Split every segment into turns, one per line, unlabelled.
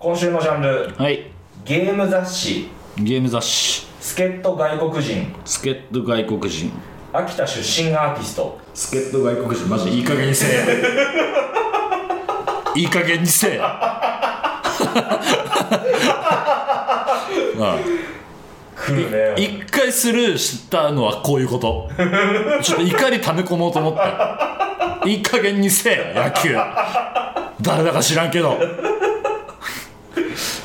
今週のジャンル
はい
ゲーム雑誌
ゲーム雑誌
助っ人外国人
助っ人外国人
秋田出身アーティスト
助っ人外国人マジでいい加減にせ えいい加減にせえああ
来るね
一回スルーしたのはこういうことちょっと怒り溜め込もうと思ったいい加減にせえ野球誰だか知らんけど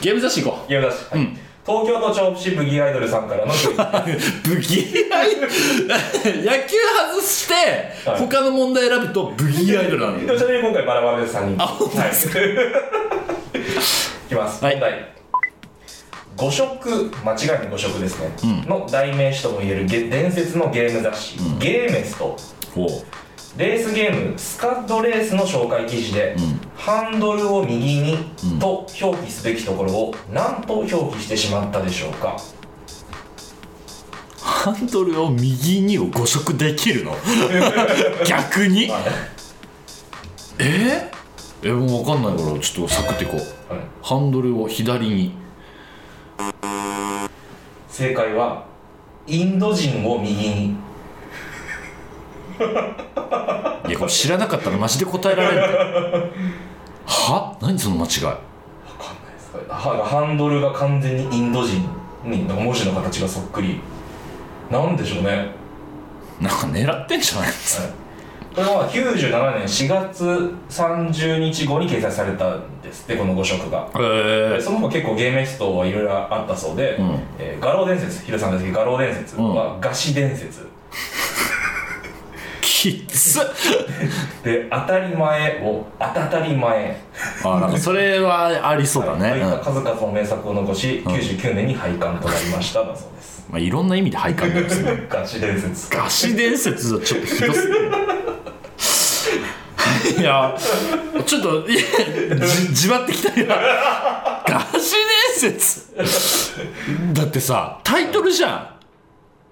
ゲーム雑誌行こ
ゲーム雑誌、はい東京都調布市ブギーアイドルさんからのクイズ
うブギーアイ ドル野球外して
はい
他の問題選ぶとブギーアイドルなのよ
ちなみに今回バラバラです3人
あ本当
はい、
で
いきます、
はい
問題五色間違いに五色ですね、の代名詞ともいえるゲ伝説のゲーム雑誌、ゲーメスと
ほう
レースゲームスカッドレースの紹介記事で、ハンドルを右にと表記すべきところを何と表記してしまったでしょうか
ハンドルを右にを誤色できる の逆に
はい
えー、えもう分かんないからちょっとサクっていこう
はい
ハンドルを左に
正解はインド人を右に
いやこれ知らなかったらマジで答えられないは何その間違い
わかんないですこれ歯がハンドルが完全にインド人になんか文字の形がそっくりなんでしょうね、はい、
なんか狙ってんじゃない
これは97年4月30日後に掲載されたんですってこの5色が
え
でその他結構ゲームエストはいろいろあったそうで、
ん
えー画廊伝説ヒロさんですけど画廊伝説は餓死伝説、
ー、きっつ
で当たり前を当たたり前
あなんかそれはありそうだね、
はい
う
そ
ん
ういった数々の名作を残し、99年に廃刊となりま しただそうです
まあ、いろんな意味で配管なんですね
餓死伝説
ガシ伝説はちょっとひどすぎる いやちょっと いやじじわってきたよガシ伝説だってさタイトルじゃん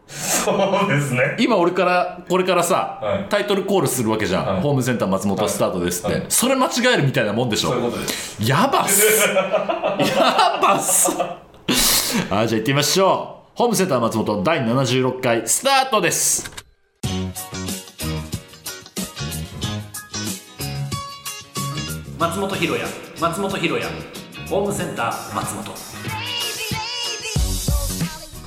そうですね
今俺からこれからさ、
はい
タイトルコールするわけじゃん、
はい
ホームセンター松本スタートですって、
はいは
それ間違えるみたいなもんでし
そういうこ
ょ
とです
やばっ すやばっすあじゃあ行ってみましょうホームセンター松本第76回スタートです
松本ひろや松本ひろやホームセンター松本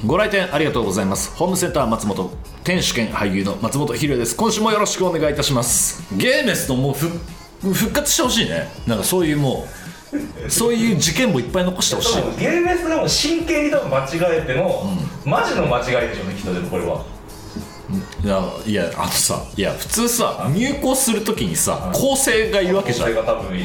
ご来店ありがとうございますホームセンター松本店主兼俳優の松本ひろです今週もよろしくお願いいたしますゲーメスのもうふ復活してほしいねなんかそういうもうそういう事件もいっぱい残してほしい
多分ゲームエスでも真剣に多分間違えての、マジの間違いでしょうねきっとでもこれはい
やいやあのさいや普通さ入校するときにさ構成がいるわけじゃん
それ
ど
が多分い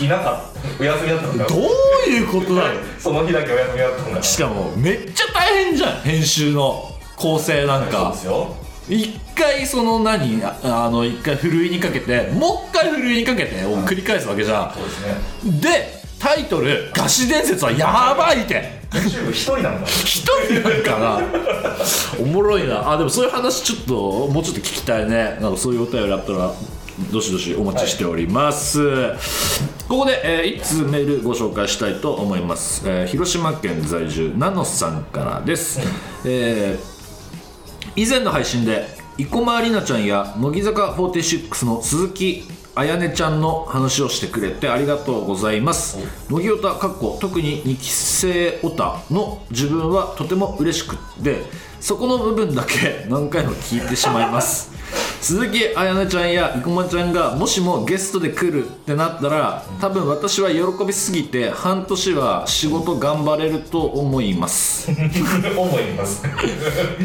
いなかったお休みだったんだ
ういうことなの
その日だけお休みだったんだから
しかもめっちゃ大変じゃん編集の構成なん
そう
か
ですよ
一回その何ああの一回ふるいにかけてもう一回ふるいにかけてを繰り返すわけじゃん
そうですね
でタイトル「ガシ伝説」はやばいて
YouTube 一人なんだ
一人なんかなおもろいなあでもそういう話ちょっともうちょっと聞きたいねなんかそういうお便りあったらどしどしお待ちしております、ここで、え1通メールご紹介したいと思います、えー広島県在住ナノさんからです、えー以前の配信で生駒里奈ちゃんや乃木坂46の鈴木あやねちゃんの話をしてくれてありがとうございます乃木オタかっこ特に2期生オタの自分はとても嬉しくってそこの部分だけ 何回も聞いてしまいます鈴木あやねちゃんや生駒ちゃんがもしもゲストで来るってなったら多分私は喜びすぎて半年は仕事頑張れると思います
思います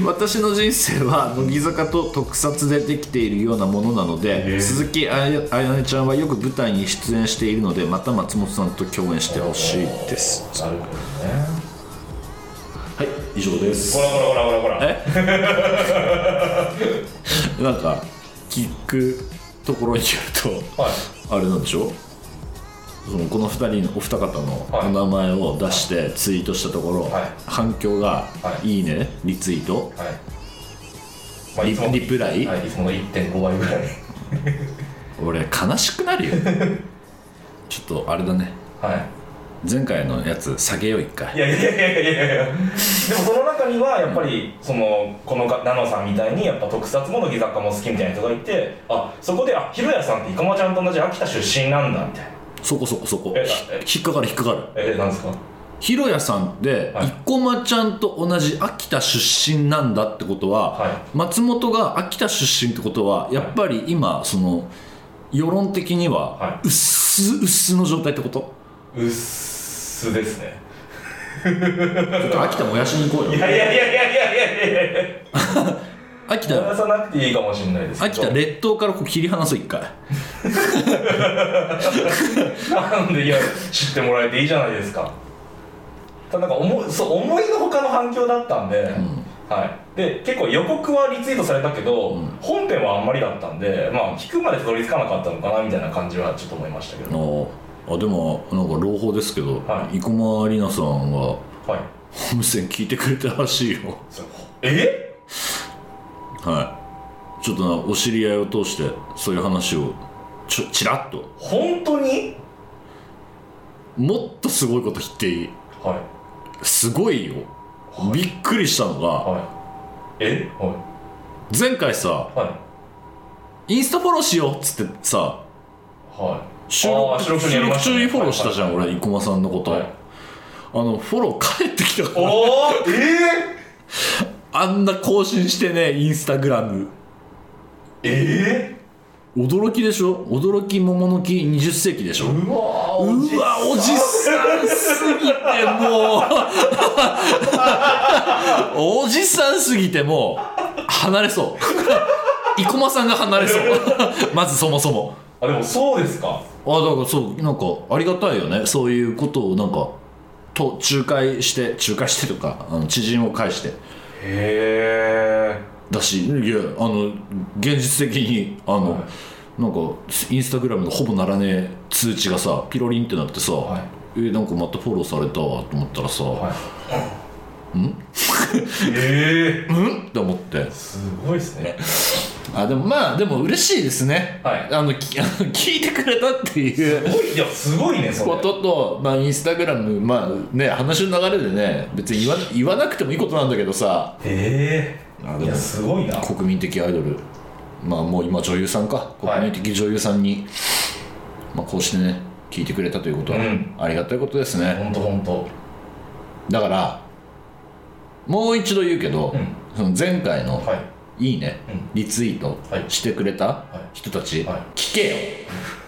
私の人生は乃木坂と特撮でできているようなものなので鈴木あやあやねちゃんはよく舞台に出演しているのでまた松本さんと共演してほしいです
なるほどね
はい以上です
ほらほらほらほらほら
え なんか聞くところによると、
はい
あれなんでしょそのこの2人のお二方の
はい
お名前を出してツイートしたところ、
はい
反響が「
はい
いいね」リツイート
はい、ま
リ
いつも
リプライ
はい、いつもの1.5倍ぐらい
俺悲しくなるよちょっとあれだね
はい
前回のやつ下げよう一回
いやいやいやいやいやいやでもその中にはやっぱりそのこのかナノさんみたいにやっぱ特撮も乃木坂も好きみたいな人がいてあそこであひろやさんって生駒ちゃんと同じ秋田出身なんだみたいな
そこそこそこ
ええ
ひ引っかかる引っかかる
えなんですか
ひろやさんって
はい
生駒ちゃんと同じ秋田出身なんだってことは、
は
松本が秋田出身ってことはやっぱり今その世論的には
は
うっすうっすの状態っ てこと
うっすですね
ちょっと秋田燃やしに行こう
い
よ
やいやいやいやいやいやいやいや
秋
燃や
田
さなくていいかもしれないですけ
秋
ど
田列島からこう切り離そう一回
なんでいや知ってもらえていいじゃないですかただなんか思いそう思いのほかの反響だったんで、はい、で結構予告はリツイートされたけど、本編はあんまりだったんでまあ聞くまでたどり着かなかったのかなみたいな感じはちょっと思いましたけ
あ
ど、
のあでもなんか朗報ですけど、
はい
生駒里奈さんがホ
はい
ームセン聞いてくれたらしいよ
そうえ
はいちょっとなお知り合いを通してそういう話をちょちらっと
本当に
もっとすごいこと言っていい
はい
すごいよびっくりしたのが
はいえは
前回さ
いはい
インスタフォローしようっつってさ
はい
収
あ
録
ー
収録
にやりましたね
中にフォローしたじゃん、
はいはい
俺生駒さんのこと、
はい
あのフォロー返ってきたから
おおえ
あんな更新してねインスタグラム
ー、え
驚きでしょ驚き桃の木20世紀でしょ
ー、うわー
うわおじさんすぎてもう おじさんすぎてもう離れそう 生駒さんが離れそう まずそもそも
あでもそうですか
あだからそうなんかありがたいよねそういうことをなんかと仲介して仲介してとかあの知人を介して
へえ
だしいやあの現実的にあの、
は
なんかインスタグラムのほぼならねえ通知がさピロリンってなってさ、
はい
えーなんかまたフォローされたわと思ったらさ、
ええ
うんって思って
すごいですね
あでもまあでも嬉しいですね、
はい
あのきあの 聞いてくれたっていう
すごいいやすごいねそれ
ことと、まあ、インスタグラム、まあね、話の流れでね別に言わ言わなくてもいいことなんだけどさ
え
あ
え
でも
いやすごいな
国民的アイドルまあもう今女優さんか国民的女優さんに、まあ、こうしてね聞いてくれたということは
うん
ありがたいことですね、
本当本当
だからもう一度言うけど、
うん
その前回の
はい
「いいね」
うん
リツイート
はい
してくれた
い
人たち、
はい
聞けよ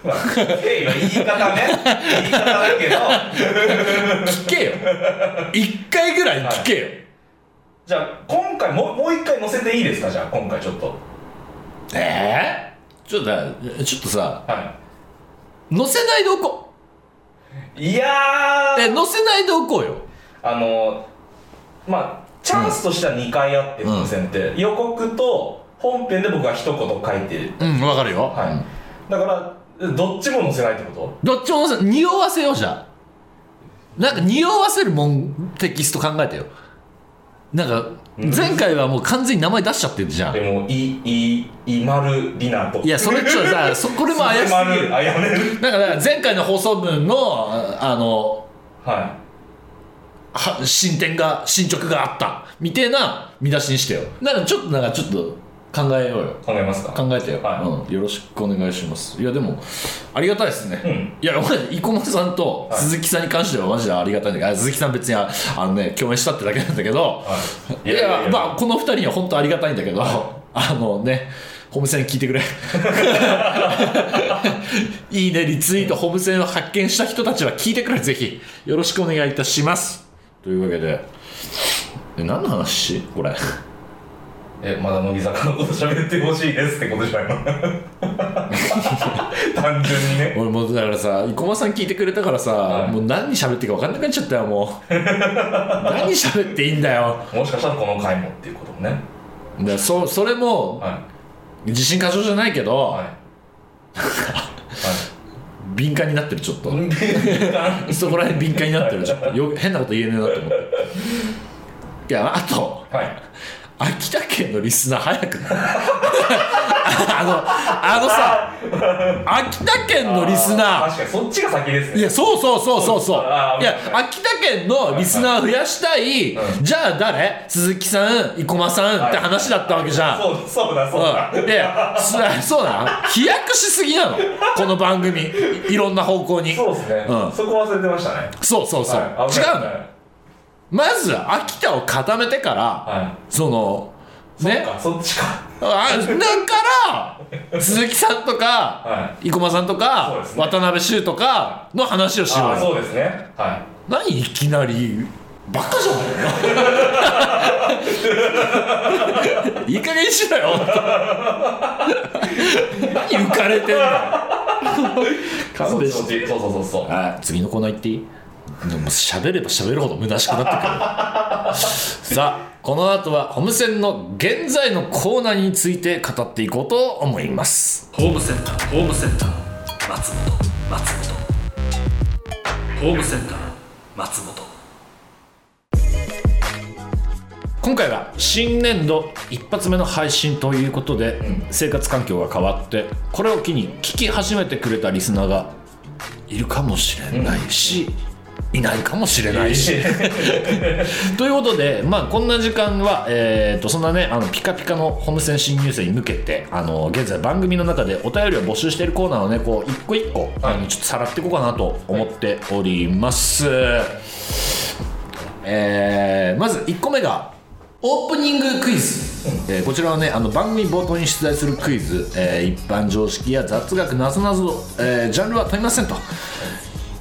まあ経緯は言い方ね言い方だけど
聞けよ一回ぐらい聞けよ、
じゃあ今回もうもう一回載せていいですかじゃあ今回ちょっと
えー、ちょっとだちょっとさ
は
載せないでおこ
いいや
うえ
ー
載せないでおこうよ
あのまあチャンスとしては2回あって
うん
風船って、予告と本編で僕が一言書いてる
うんわかるよ、
はい、だからどっちも載せないってこと
どっちも載せ匂わせようじゃあなんか匂わせるもんテキスト考えてよなんか前回はもう完全に名前出しちゃってるじゃ
で
ん
も、い、い、いまるりなと。
いやそれちょっとさそこれも怪し
いま
い
る、あやめる。
なんかだから前回の放送分のああの
は
は進展が進捗があったみたいな見出しにしてよなんかちょっとなんかちょっと考えようよ
い。考えますか
考えてよ、
は
うん、よろしくお願いしますいやでもありがたいですね、
ん
いやマジで生駒さんと
はい
鈴木さんに関してはマジでありがたいんだけどあ鈴木さん別にああのね共演したってだけなんだけど、、
はいい
や
いやいやいや
まあこの二人には本当ありがたいんだけど、あのねホームセン聞い てくれいいねリツイートホームセンを発見した人たちは聞いてくれぜひよろしくお願いいたしますというわけでえ何の話 これ
え、まだ乃木坂のこと喋ってほしいですってことじゃ ないの単純にね。
俺もうだからさ生駒さん聞いてくれたからさ、
はい
もう何喋っていいか分かんなくなっちゃったよも う何喋っていいんだよ
もしかしたらこの回もっていうこともね。
でそそれも
は
自信過剰じゃないけど、
い。はい。
敏感になってるちょっと
はい。敏感
そこら辺敏感になってるちょっとよ変なこと言えねえなと思っていやあと
はい。
秋田県のリスナー早くあのあのさ秋田県 のリスナー
確かにそっちが先です
い
ね
やそうそうそうそうそう
あー
いや秋田県のリスナー増やしたい、
う
じゃあ誰鈴木さん生駒さんって話だったわけじゃん、
そうそうだそうだ、
うん、いやそ そうなん飛躍しすぎなのこの番組いいろんな方向に
そうですね、
うん
そこ忘れてましたね
そうそうそう、
はい危
違
ないう
のよまず秋田を固めてから、
は
その
い
ね
あそっちか
あだから鈴木さんとか
は
生駒さんと
そう
か、
ですね
渡辺修とかの話をしよう
あ
よ
そうですねは
何いきなりバカじゃないの いい加減にし ろよ何浮かれてん だよ
い
勘
そっ
弁
ちそ
し
ってちそうそうそうそう
はい次のコーナー行っていいでも喋れば喋るほど虚しくなってくる さあこの後はホームセンの現在のコーナーについて語っていこうと思います
ホームセンターホームセンター松本松本ホームセンター松本
今回は新年度一発目の配信ということで、生活環境が変わってこれを機に聞き始めてくれたリスナーがいるかもしれないし、いないかもしれないし、 ということで、まあ、こんな時間は、えー、とそんなねあのピカピカのホームセン新入生に向けてあの現在番組の中でお便りを募集しているコーナーをねこう一個一個、あのちょっとさらっていこうかなと思っております、えーまず1個目がオープニングクイズ、えーこちらはねあの番組冒頭に出題するクイズ、えー一般常識や雑学なぞなぞ、えージャンルは問いませんと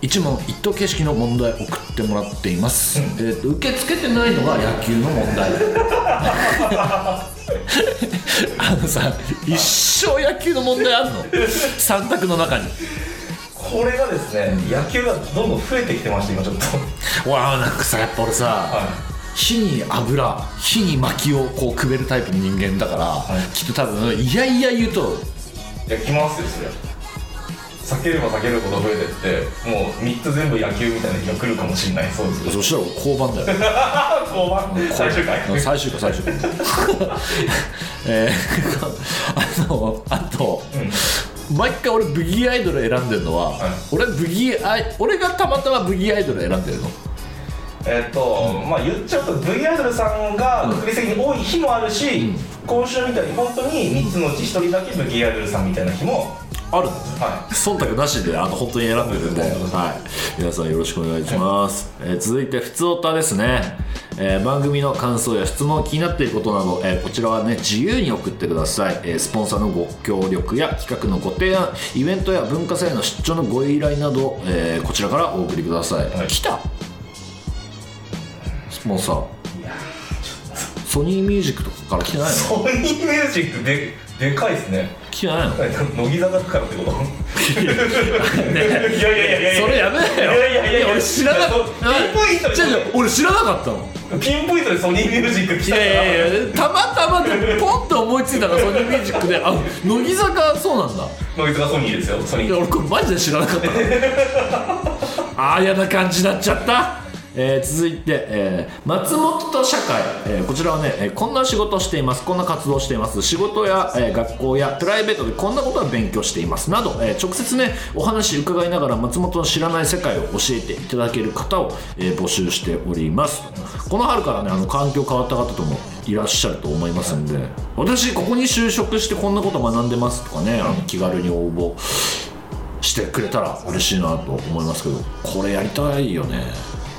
一問一答形式の問題送ってもらっています、えーと受け付けてないのが野球の問題あのさ一生野球の問題あんの3択の中に
これがですね、野球がどんどん増えてきてまして今ちょっと
わあなんかさやっぱ俺さ、火に油火に薪をこうくべるタイプの人間だから、
い
きっと多分いやいや言うと
いや来ますよそりゃ避ければ避けるほど増えてってもう3つ全部野球みたいな日が来るかもしれないそうです
そしたら俺降板だよ
あ後半最終回
うん最終回最 終回えーあのあと、毎回俺ブギーアイドル選んでるのは、
い
俺ブギーアイ俺がたまたまブギーアイドル選んでるの
えっと、まあ言っちゃうと V アイドルさんが確率的に多い日もあるし、今週みたいに本当に3つのうち1人だけ V アイドルさんみたいな日も
あるの
は
忖度なしであの本当に選んでるんで、はい、皆さんよろしくお願いします、えー続いて「ふつおた」ですね、えー番組の感想や質問気になっていることなど、えーこちらはね自由に送ってください、えースポンサーのご協力や企画のご提案イベントや文化祭の出張のご依頼など、えーこちらからお送りください、
はい
来たスポンサー
いいや
ソニーミュージックとかから来てないの
ソニーミュージックででかいですね
来てないの
え乃木坂からってこといやいやいやいやいや
それやめなよ
いやいやいやいや
俺知らなか
そう
った
ピンポイントで
違う違う俺知らなかったの
ピンポイントでソニーミュージック
い
来たから
やいやいやたまたまでポンと思いついたからソニーミュージックであ乃木坂そうなんだ
乃木坂ソニーですよソニ
いや
ー
俺これマジで知らなかった ああ嫌な感じになっちゃった、えー続いて、えー松本と社会、えーこちらはね、えーこんな仕事をしていますこんな活動をしています仕事や、えー学校やプライベートでこんなことは勉強していますなど、えー直接ねお話伺いながら松本の知らない世界を教えていただける方を、えー募集しておりますこの春からねあの環境変わった方ともいらっしゃると思いますんで私ここに就職してこんなこと学んでますとかねあの気軽に応募してくれたら嬉しいなと思いますけどこれやりたいよね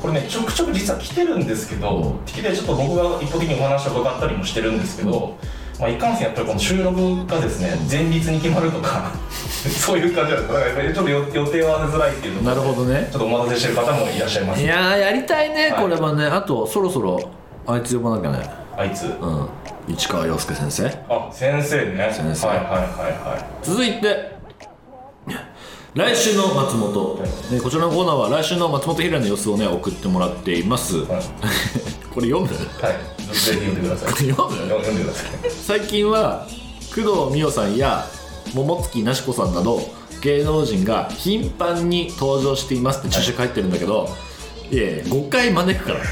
これねちょくちょく実は来てるんですけ
う
ど
ん
敵でちょっと僕が一方的にお話を伺ったりもしてるんですけど、まあ、いかんせんやっぱりこの収録がですね前日に決まるとかそういう感じなんですだからやっぱりちょっと予予定は合わせづらいっていうのが
なるほどね
ちょっとお待たせしてる方もいらっしゃいま
い
す
やーやりたいね
はい
これはねあとそろそろあいつ呼ばなきゃね
あいつ
うん市川陽介先生
あ先生ね
先生
はいはいはいはい
続いて来週の松本、ね、こちらのコーナーは来週の松本平の様子をね送ってもらっています、
はい
これ読む
はい、ぜひ読んでください。
読む
読んでください。
最近は工藤美桜さんや桃月なし子さんなど芸能人が頻繁に登場していますって注釈入ってるんだけどいやいや5回招くからこ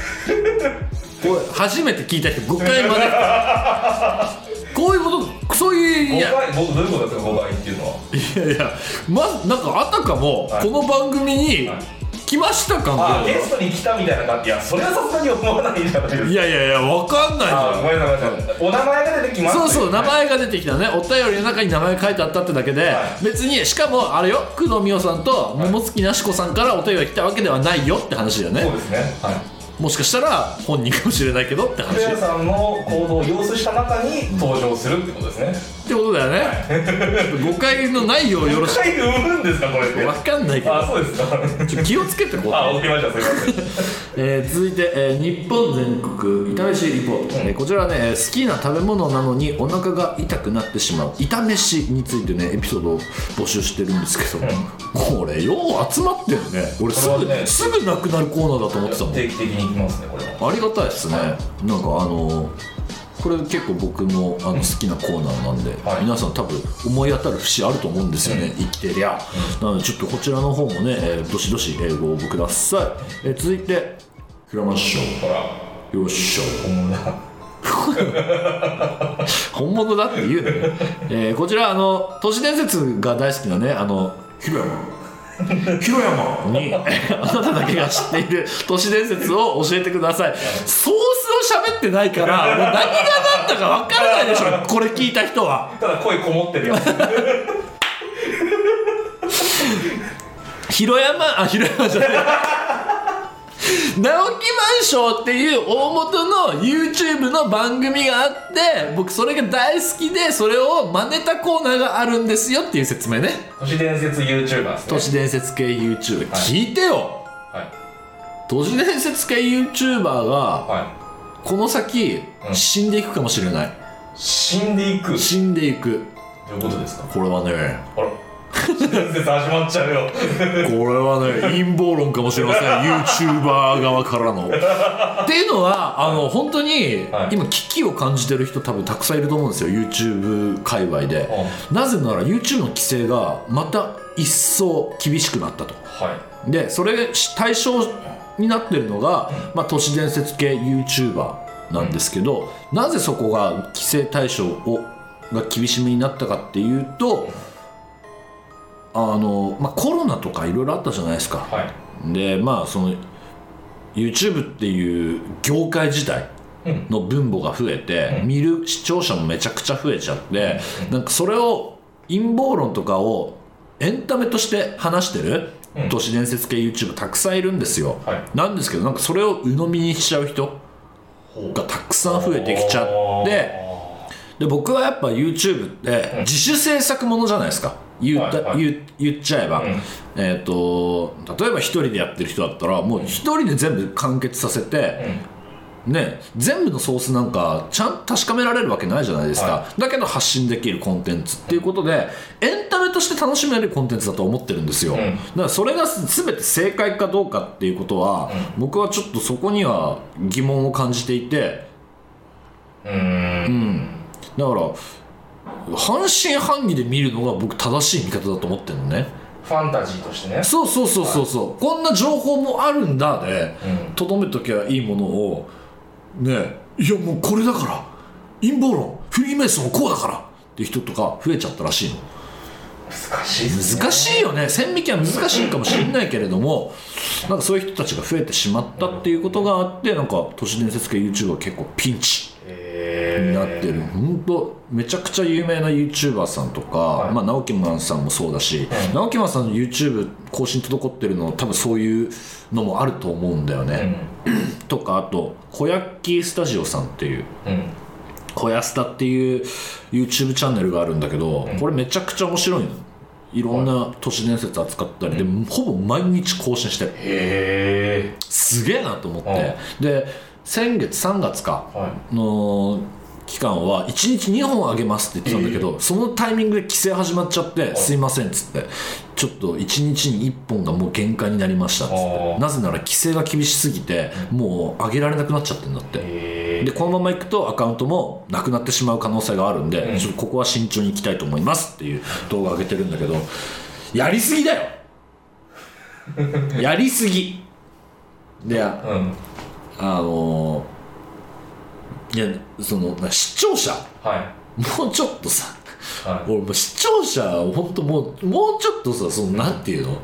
れ初めて聞いた人5回招くからこういうことクソい
誤
いや
解僕どういうことですか誤解っていうのはい
やいやまなんかあたかも
はい
この番組に
はい
来ました感
あ
が
ゲストに来たみたいな感じいやそれはさすがに思わないじゃないですか
いやいやいやわかんないじ
あ
ゃん
ごめんなさいごめんなさいお名前が出てきます
そうそう名
はい
前が出てきたねお便りの中に名前書いてあったってだけで、
は
別にしかもあれよ工藤美桜さんと桃月なし子さんからお便りが来たわけではないよって話だよ
そう
ね
ですねはい
もしかしたら本人かもしれないけどって話
古谷
っ
さんの行動を様子した中に登場するってことですね
てことだよね、 誤解のないようよろし
回生むんですかこれって
くわかんないけ
あ
ど
そうですか
ちょ気をつけてこう
あわかりましたすいません
えー続いて、えー日本全国炒めしリポート、えーこちらはねえー好きな食べ物なのにお腹が痛くなってしまう炒めしについてねエピソードを募集してるんですけど、これよう集まってるね俺す
こ
ぐ,、
れはね
すぐなくなるコーナーだと思ってたもん
定期的に行きますねこれは
ありがたいですねなんかあのーこれ結構僕もあの好きなコーナーなんで、
はい
皆さん多分思い当たる節あると思うんですよね、生きてりゃ、なのでちょっとこちらの方もね、えーどしどしえーご応募ください、えー続いてクラマッション
ほら
よっしゃ
本物だ
本物だって言うのよ、えーこちらあの都市伝説が大好きなねあのひろやまひろやまにあなただけが知っている都市伝説を教えてくださいソースを喋ってないからもう何が何だか分からないでしょこれ聞いた人は
ただ声こもってるやつ
ひろやまあひろやまじゃない直木マンションっていう大元の YouTube の番組があって僕それが大好きでそれを真似たコーナーがあるんですよっていう説明ね
都市伝説 YouTuber ですね
都市伝説系 YouTuber、
はい
聞いてよ
はい
都市伝説系 YouTuber が
は
この先、
うん
死んでいくかもしれない
い死んでいくど
死んでいく
ういうことですか
これはね
あ ら都市伝説始まっちゃうよ
これはね陰謀論かもしれません YouTuber 側からのっていうのはあの本当に、
はい
今危機を感じてる人多分たくさんいると思うんですよ YouTube 界隈で
う
なぜなら YouTube の規制がまた一層厳しくなったと
はい
でそれし対象になってるのが、まあ、都市伝説系 YouTuber なんですけど、なぜそこが規制対象をが厳しめになったかっていうとあの、まあ、コロナとかいろいろあったじゃないですか。
はい
でまあその YouTube っていう業界自体
うん
の分母が増えて、見る視聴者もめちゃくちゃ増えちゃって、なんかそれを陰謀論とかをエンタメとして話してる、
うん
都市伝説系 YouTube たくさんいるんですよ、
はい
なんですけどなんかそれを鵜呑みにしちゃう人
ほう
がたくさん増えてきちゃってで僕はやっぱ YouTube って自主制作ものじゃないですか言った、
はいはい
言う言っちゃえば、
うん
えっ、と例えば一人でやってる人だったらもう一人で全部完結させて、ね、全部のソースなんかちゃんと確かめられるわけないじゃないですか、
は
だけど発信できるコンテンツっていうことでエンタメとして楽しめるコンテンツだと思ってるんですよ、
ん
だからそれが全て正解かどうかっていうことは、僕はちょっとそこには疑問を感じていて
うーん
だから半信半疑で見るのが僕正しい見方だと思ってるのね
ファンタジーとしてね
そうそうそうそうそう、こんな情報もあるんだで
うん
とど、めときゃいいものをねいやもうこれだから陰謀論フリーメイソンもこうだからっていう人とか増えちゃったらしいの
難しいですね
難しいよね線引きは難しいかもしれないけれどもなんかそういう人たちが増えてしまったっていうことがあってなんか都市伝説系 YouTuber 結構ピンチ
え
に
ー
なってる、ほんとめちゃくちゃ有名な YouTuber さんとか、
い
まあ、直木マンさんもそうだし、直木マンさんの YouTube 更新滞ってるの多分そういうのもあると思うんだよね、とかあと小屋っきスタジオさんっていう
うんうん
小屋スタっていう YouTube チャンネルがあるんだけど、これめちゃくちゃ面白いのいろんな都市伝説扱ったりで、ほぼ毎日更新してる
へえ
すげえなと思って、で先月3月か
は
の期間は1日2本あげますって言ってたんだけど、そのタイミングで規制始まっちゃって「すいません」っつって「ちょっと1日に1本がもう限界になりました」っつっ
あ
て
ー
なぜなら規制が厳しすぎてもう上げられなくなっちゃってんだって。
へ
でこのままいくとアカウントもなくなってしまう可能性があるんで、
ん
ちょっとここは慎重にいきたいと思いますっていう動画を上げてるんだけどやりすぎだ よやりすぎであ
えうん
のーいやそのな視聴者
は
もうちょっとさ
は
俺もう視聴者を本当もうもうちょっとさそのなんていうの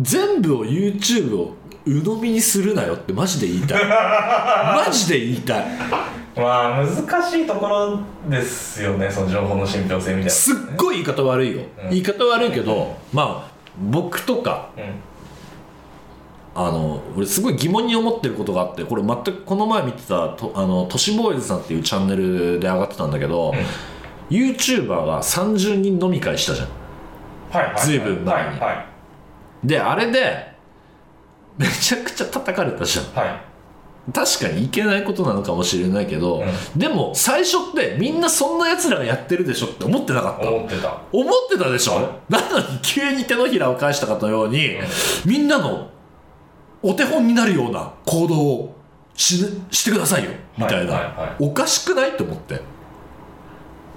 全部を YouTube を鵜呑みにするなよってマジで言いたい マジで言いたい
い、まあ難しいところですよねその情報の信憑性みたいな
すっごい言い方悪いよ、
うん
言い方悪いけどまあ僕とか
うん
あの俺すごい疑問に思ってることがあってこれ全くこの前見てたとあの都市ボーイズさんっていうチャンネルで上がってたんだけど、YouTuber が30人飲み会したじゃん
はいはい
ずいぶん前に
はい
であれでめちゃくちゃ叩かれたじゃん
はい、はい
確かにいけないことなのかもしれないけど、
う
でも最初ってみんなそんな奴らがやってるでしょって思ってなかった
思ってた
思ってたでしょなのに急に手のひらを返したかのように、みんなのお手本になるような行動をししてくださいよみたいな、
はいはいはい
おかしくないと思って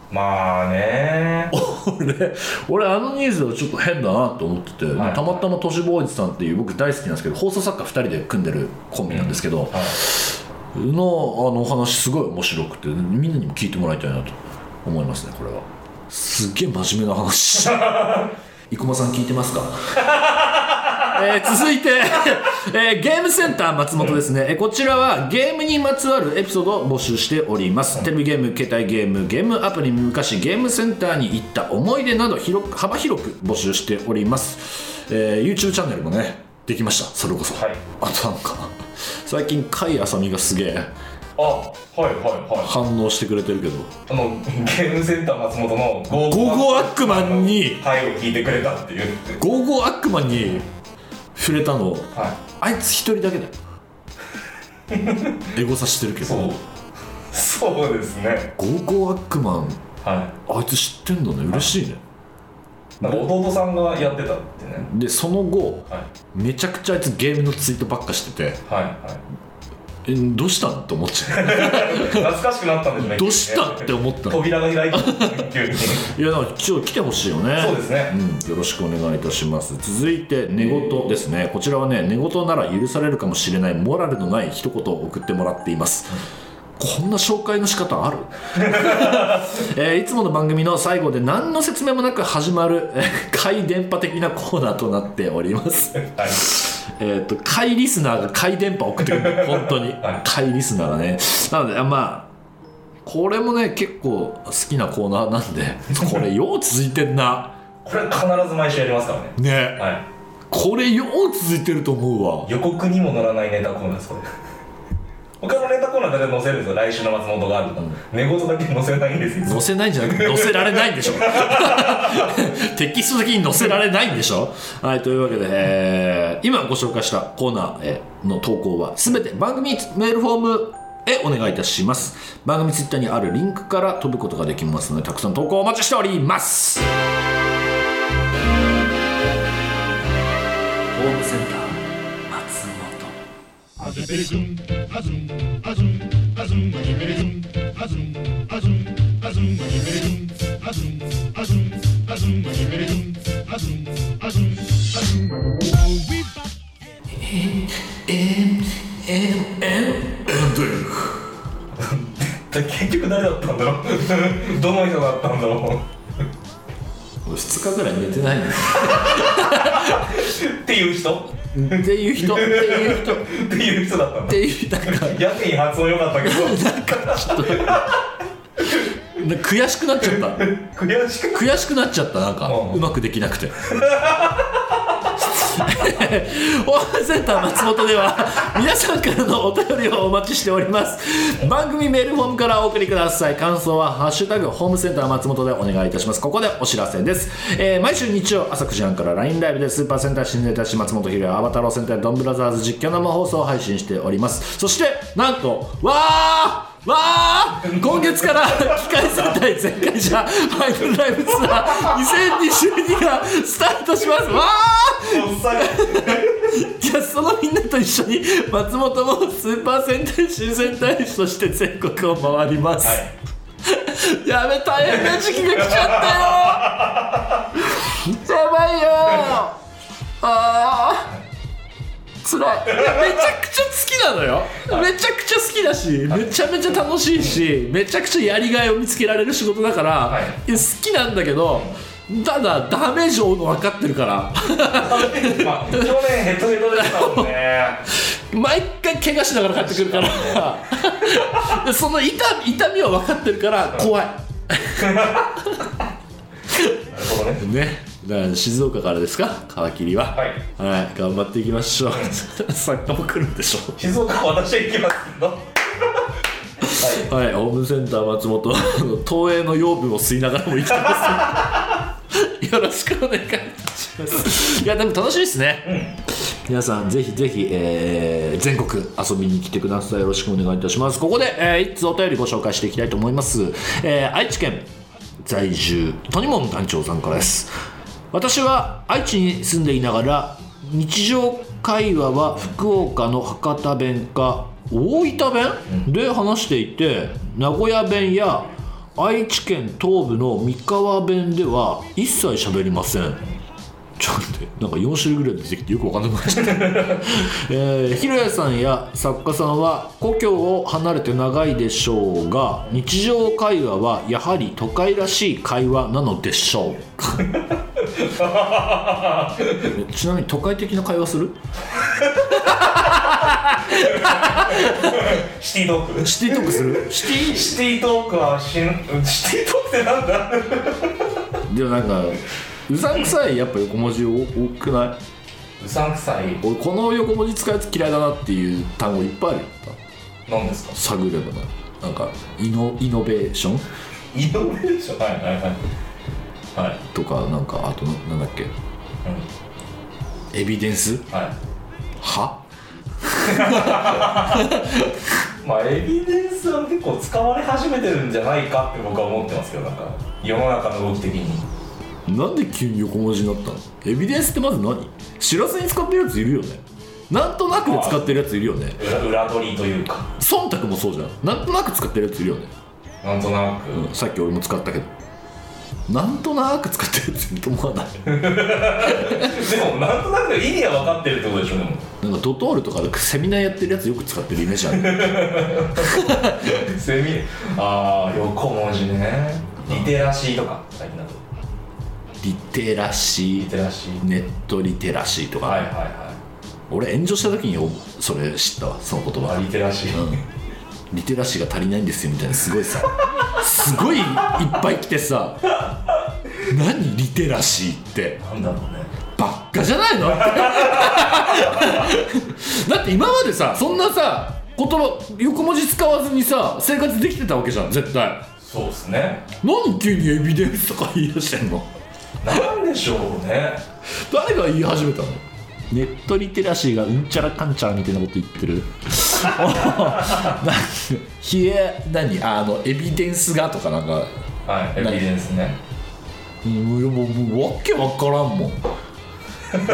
まあね
俺俺あのニュースはちょっと変だなと思ってて、
はい
たまたま都市ボーイズさんっていう僕大好きなんですけど放送作家2人で組んでるコンビなんですけど、
はい
のあのお話すごい面白くてみんなにも聞いてもらいたいなと思いますねこれはすっげえ真面目な話した 生駒さん聞いてますか えー続いて、 えーゲームセンター松本ですね、えーこちらはゲームにまつわるエピソードを募集しております、テレビゲーム携帯ゲームゲームアプリ昔ゲームセンターに行った思い出など広く幅広く募集しております、えー YouTube チャンネルもねできましたそれこそ、
はい
あとなんか最近甲斐あさみがすげえ
あはいはいは
反応してくれてるけど
いあのゲームセンター松本のゴ
「ゴーゴーアックマン」に
回を聞いてくれたっていう
「ゴーゴーアックマン」に触れたの
は
あいつ一人だ けだよエゴサしてるけ
いそ
ど
うそうですね
「ゴーゴーアックマン
は」
あいつ知ってんだね嬉しいね
いなんか弟さんがやってたってね
でその後
はい
めちゃくちゃあいつゲームのツイートばっかしてて
はいはい
えどうしたんって思っちゃう
懐かしくなったんですね
どうしたって 思ったの
扉が開いて急に
いやだから今日来てほしいよね
そうですね
うん、よろしくお願いいたします続いて寝言ですねこちらはね寝言なら許されるかもしれないモラルのない一言を送ってもらっています、こんな紹介の仕方 ある、えーいつもの番組の最後で何の説明もなく始まるえー怪電波的なコーナーとなっておりま す
はい
えっと怪リスナーが怪電波送ってくる本当
は
に
い
怪リスナーがねなのであまあこれもね結構好きなコーナーなんでこれよう続いてんな
これ必ず毎週やりますからね
ね
はい
これよう続いてると思うわ
予告にも乗らないネタコーナーですこれ他のネタコーナーだけ載せるんですよ来週の松本があるとか、寝言だけ載せないんですよ
載せないんじゃなくて載せられないんでしょ テキスト的に載せられないんでしょはいというわけで、えー今ご紹介したコーナーえーの投稿は全て番組メールフォームへお願いいたします番組ツイッターにあるリンクから飛ぶことができますのでたくさん投稿お待ちしております
ホームセンター松本
Azum, azum, azum, azum, azum, azum, azum, azum, azum, azum, azum, azum, azum, azum, azum, azum.
結局誰だったんだろう どの人だったんだろ
2日ぐらい寝てないの
うっていう人っ
っていう人っていう人って
いう人だったんだ
ていうなんか
やけに発音良かったけど
なんか 悔しくなっちゃった
悔しく
悔しくなっちゃったなんか
うん
うまくできなくてホームセンター松本では皆さんからのお便りをお待ちしております番組メールフォームからお送りください感想は「ハッシュタグホームセンター松本」でお願いいたしますここでお知らせです、えー毎週日曜朝9時半から LINE ライブでスーパーセンター新ネタ師松本ひろやアバタローセンタードンブラザーズ実況生放送を配信しておりますそしてなんとわーわあ今月から機械戦隊全開者ファイナルライブツアー2022がスタートしますわあ
おっさんが
じゃあそのみんなと一緒に 松本もスーパー戦隊新戦隊士として全国を回ります、
はい
やべ大変な時期が来ちゃったよやばいよああ辛いいやめちゃくちゃなのよめちゃくちゃ好きだしめちゃめちゃ楽しいしめちゃくちゃやりがいを見つけられる仕事だから、
い
いや好きなんだけどただダメージを負うの分かってるから
まあ去年ヘトヘトでしたもんね
毎回怪我しながら帰ってくるから でその痛み痛みは分かってるから怖い
なるほどね
ねだから静岡からですか川切は
はい
はい、頑張っていきましょう 作家も来るんでしょ
静岡は私は行きますけどはい
はい、ホームセンター松本 の東映の養分を吸いながらも生きてます。 よろしくお願いいたします。いや、でも楽しいですね。皆さん、ぜひぜひ、えー全国遊びに来てください。よろしくお願いいたします。ここで、えー、一通お便りご紹介していきたいと思います。えー愛知県在住、トニモン団長さんからです。私は愛知に住んでいながら、日常会話は福岡の博多弁か大分弁で話していて名古屋弁や愛知県東部の三河弁では一切喋りませんちょっと待ってなんか4種類ぐらい出てきてよく分かんなくなっちゃった、えー、ひろやさんや作家さんは故郷を離れて長いでしょうが日常会話はやはり都会らしい会話なのでしょう かえちなみに都会的な会話する
シティトーク
シティトークするシティ
シティトークはしんシティトークってなんだ
でもなんかうさんくさいやっぱ横文字多くないう
さんくさい
俺この横文字使うやつ嫌いだなっていう単語いっぱいあるよ
何ですか
探ればななんかイノイノベーション
イノベーションはいはいはいはい
とかなんかあとなんだっけ、エビデンス
はい
は
まあエビデンスは結構使われ始めてるんじゃないかって僕は思ってますけどなんか世の中の動き的に
なんで急に横文字になったのエビデンスってまず何知らずに使ってるやついるよねなんとなくで使ってるやついるよね
裏裏取りというか
忖度もそうじゃんなんとなく使ってるやついるよね
なんとなく、
さっき俺も使ったけどなんとなく使ってるやついると思わない
でもなんとなく意味は分かってるってことでしょでも
なんかドトールとかでセミナーやってるやつよく使ってるイメージあ る
セミああ横文字ねリテラシーとか最近だと
リテラシ
リテ
ー
ラシー
ネットリテラシーとか、
はいはいはい
俺炎上した時によそれ知ったわその言葉
あリテラシー、
リテラシーが足りないんですよみたいなすごいさすごいいっぱい来てさ何リテラシーって
なんだろうね
ばっかじゃないの だって今までさそんなさ言葉横文字使わずにさ生活できてたわけじゃん絶対
そうですね
何急にエビデンスとか言い出してんの
なんでしょうね
誰が言い始めたのネットリテラシーがうんちゃらかんちゃらみたいなこと言ってるなんか冷え何あのエビデンスがとかなんか
はいエビデンスね
うんもうもうわけわからんもん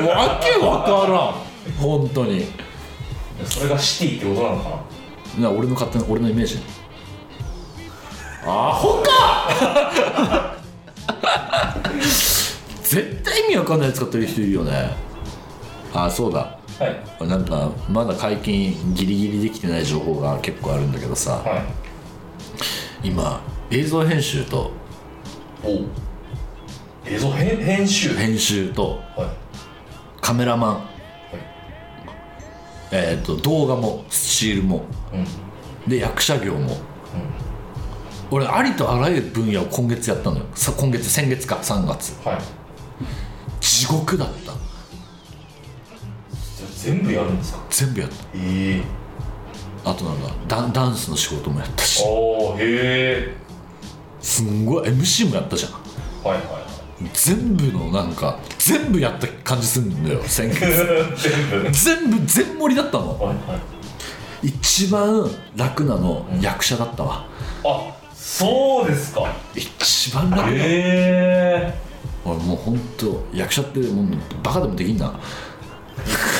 わけわからん本当に
それがシティってことなのかな
な俺の勝手な俺のイメージアホか 絶対意味わかんないやつ使ってる人いるよねあそうだ
はい
なんかまだ解禁ギリギリできてない情報が結構あるんだけどさ
はい
今映像編集と
お映像編編集はい
編集と
はい
カメラマン、えー、と動画もスチールも
うん
で役者業も、俺ありとあらゆる分野を今月やったのよさ今月先月か3月
はい
地獄だった
じゃあ全部やるんですか
全部やっ
ええ
たあとなんだダンダンスの仕事もやったし
おーへえ
すんごい MC もやったじゃん
はいはいは
全部のなんか全部やった感じするんだよ先月
い 全部
全部全盛りだったの
はいはい
一番楽なの役者だったわ、
あそうですか
一番楽、
へえ
俺もう本当役者ってもうバカでもできんな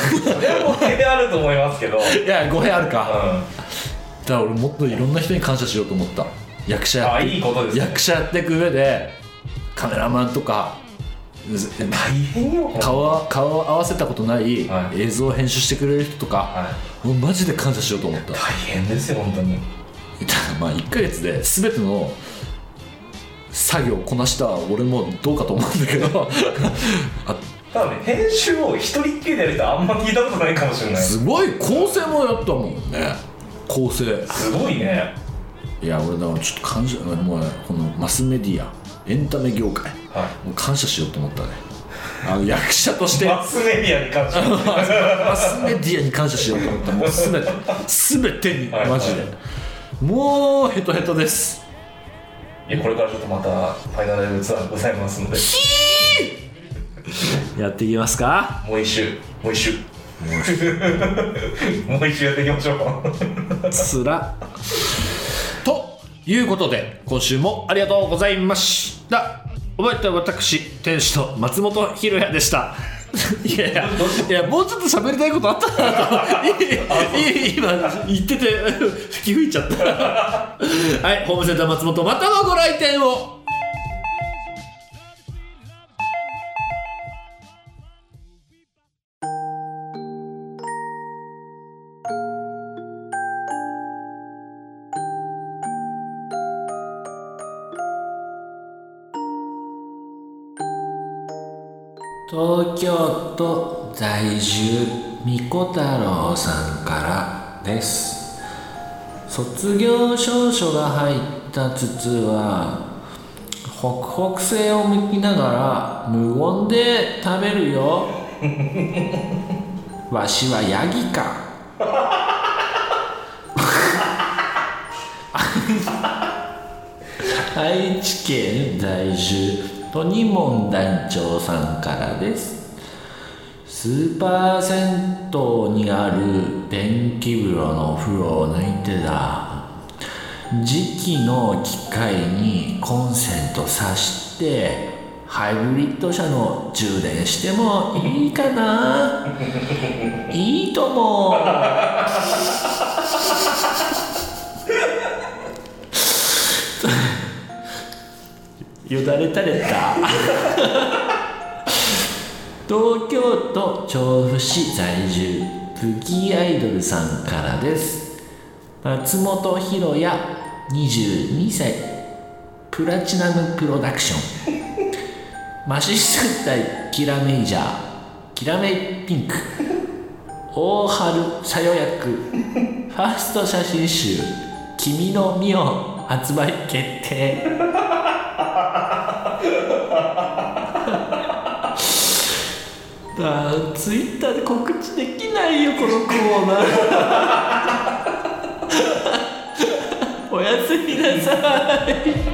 それは語弊であると思います けどうん
いや語弊あるか
は
だから俺もっといろんな人に感謝しようと思った役者やって
あいいことですね
役者やっていく上でカメラマンとか
大変よ
顔は顔を合わせたことない
はい
映像を編集してくれる人とか、
は
もうマジで感謝しようと思った
大変ですよ本当に
ただまあ1ヶ月で全ての作業をこなした俺もどうかと思うんだけどあ
ただね編集を一人っきりでやる人はあんま聞いたことないかもしれないす
すごい構成もやったもんね構成
ごいね
いや俺だからちょっと感謝もうねこのマスメディアエンタメ業界
は
もう感謝しようと思ったねあの役者とし
い
て
マスメディアに関して は
マスメディアに感謝しようと思ったもうすべてすべてに
はい
マジでもうヘトヘトです
いやこれからちょっとまたファイナルライブツアーございますので
やっていきますか
もう一周もう一周 もう一周やっていきましょう
つらということで今週もありがとうございましたおばえた私店主の松本ひろやでした いやいやいやもうちょっと喋りたいことあったなといいいい今言ってて 吹き吹いちゃったはいホームセンター松本またのご来店を
東京都在住みこ太郎さんからです卒業証書が入った筒は北北西を向きながら無言で食べるよ わしはヤギか 愛知県在住トニモン団長さんからですスーパー銭湯にある電気風呂の風呂を抜いてだ時期の機械にコンセント挿してハイブリッド車の充電してもいいかないいと思う よだれ垂れた 東京都調布市在住ブギーアイドルさんからです松本ひろや22歳プラチナムプロダクションマシス対キラメイジャーキラメイピンク大春さよ役ファースト写真集「君の実」を発売決定あーツイッターで告知できないよこのコーナー おやすみなさい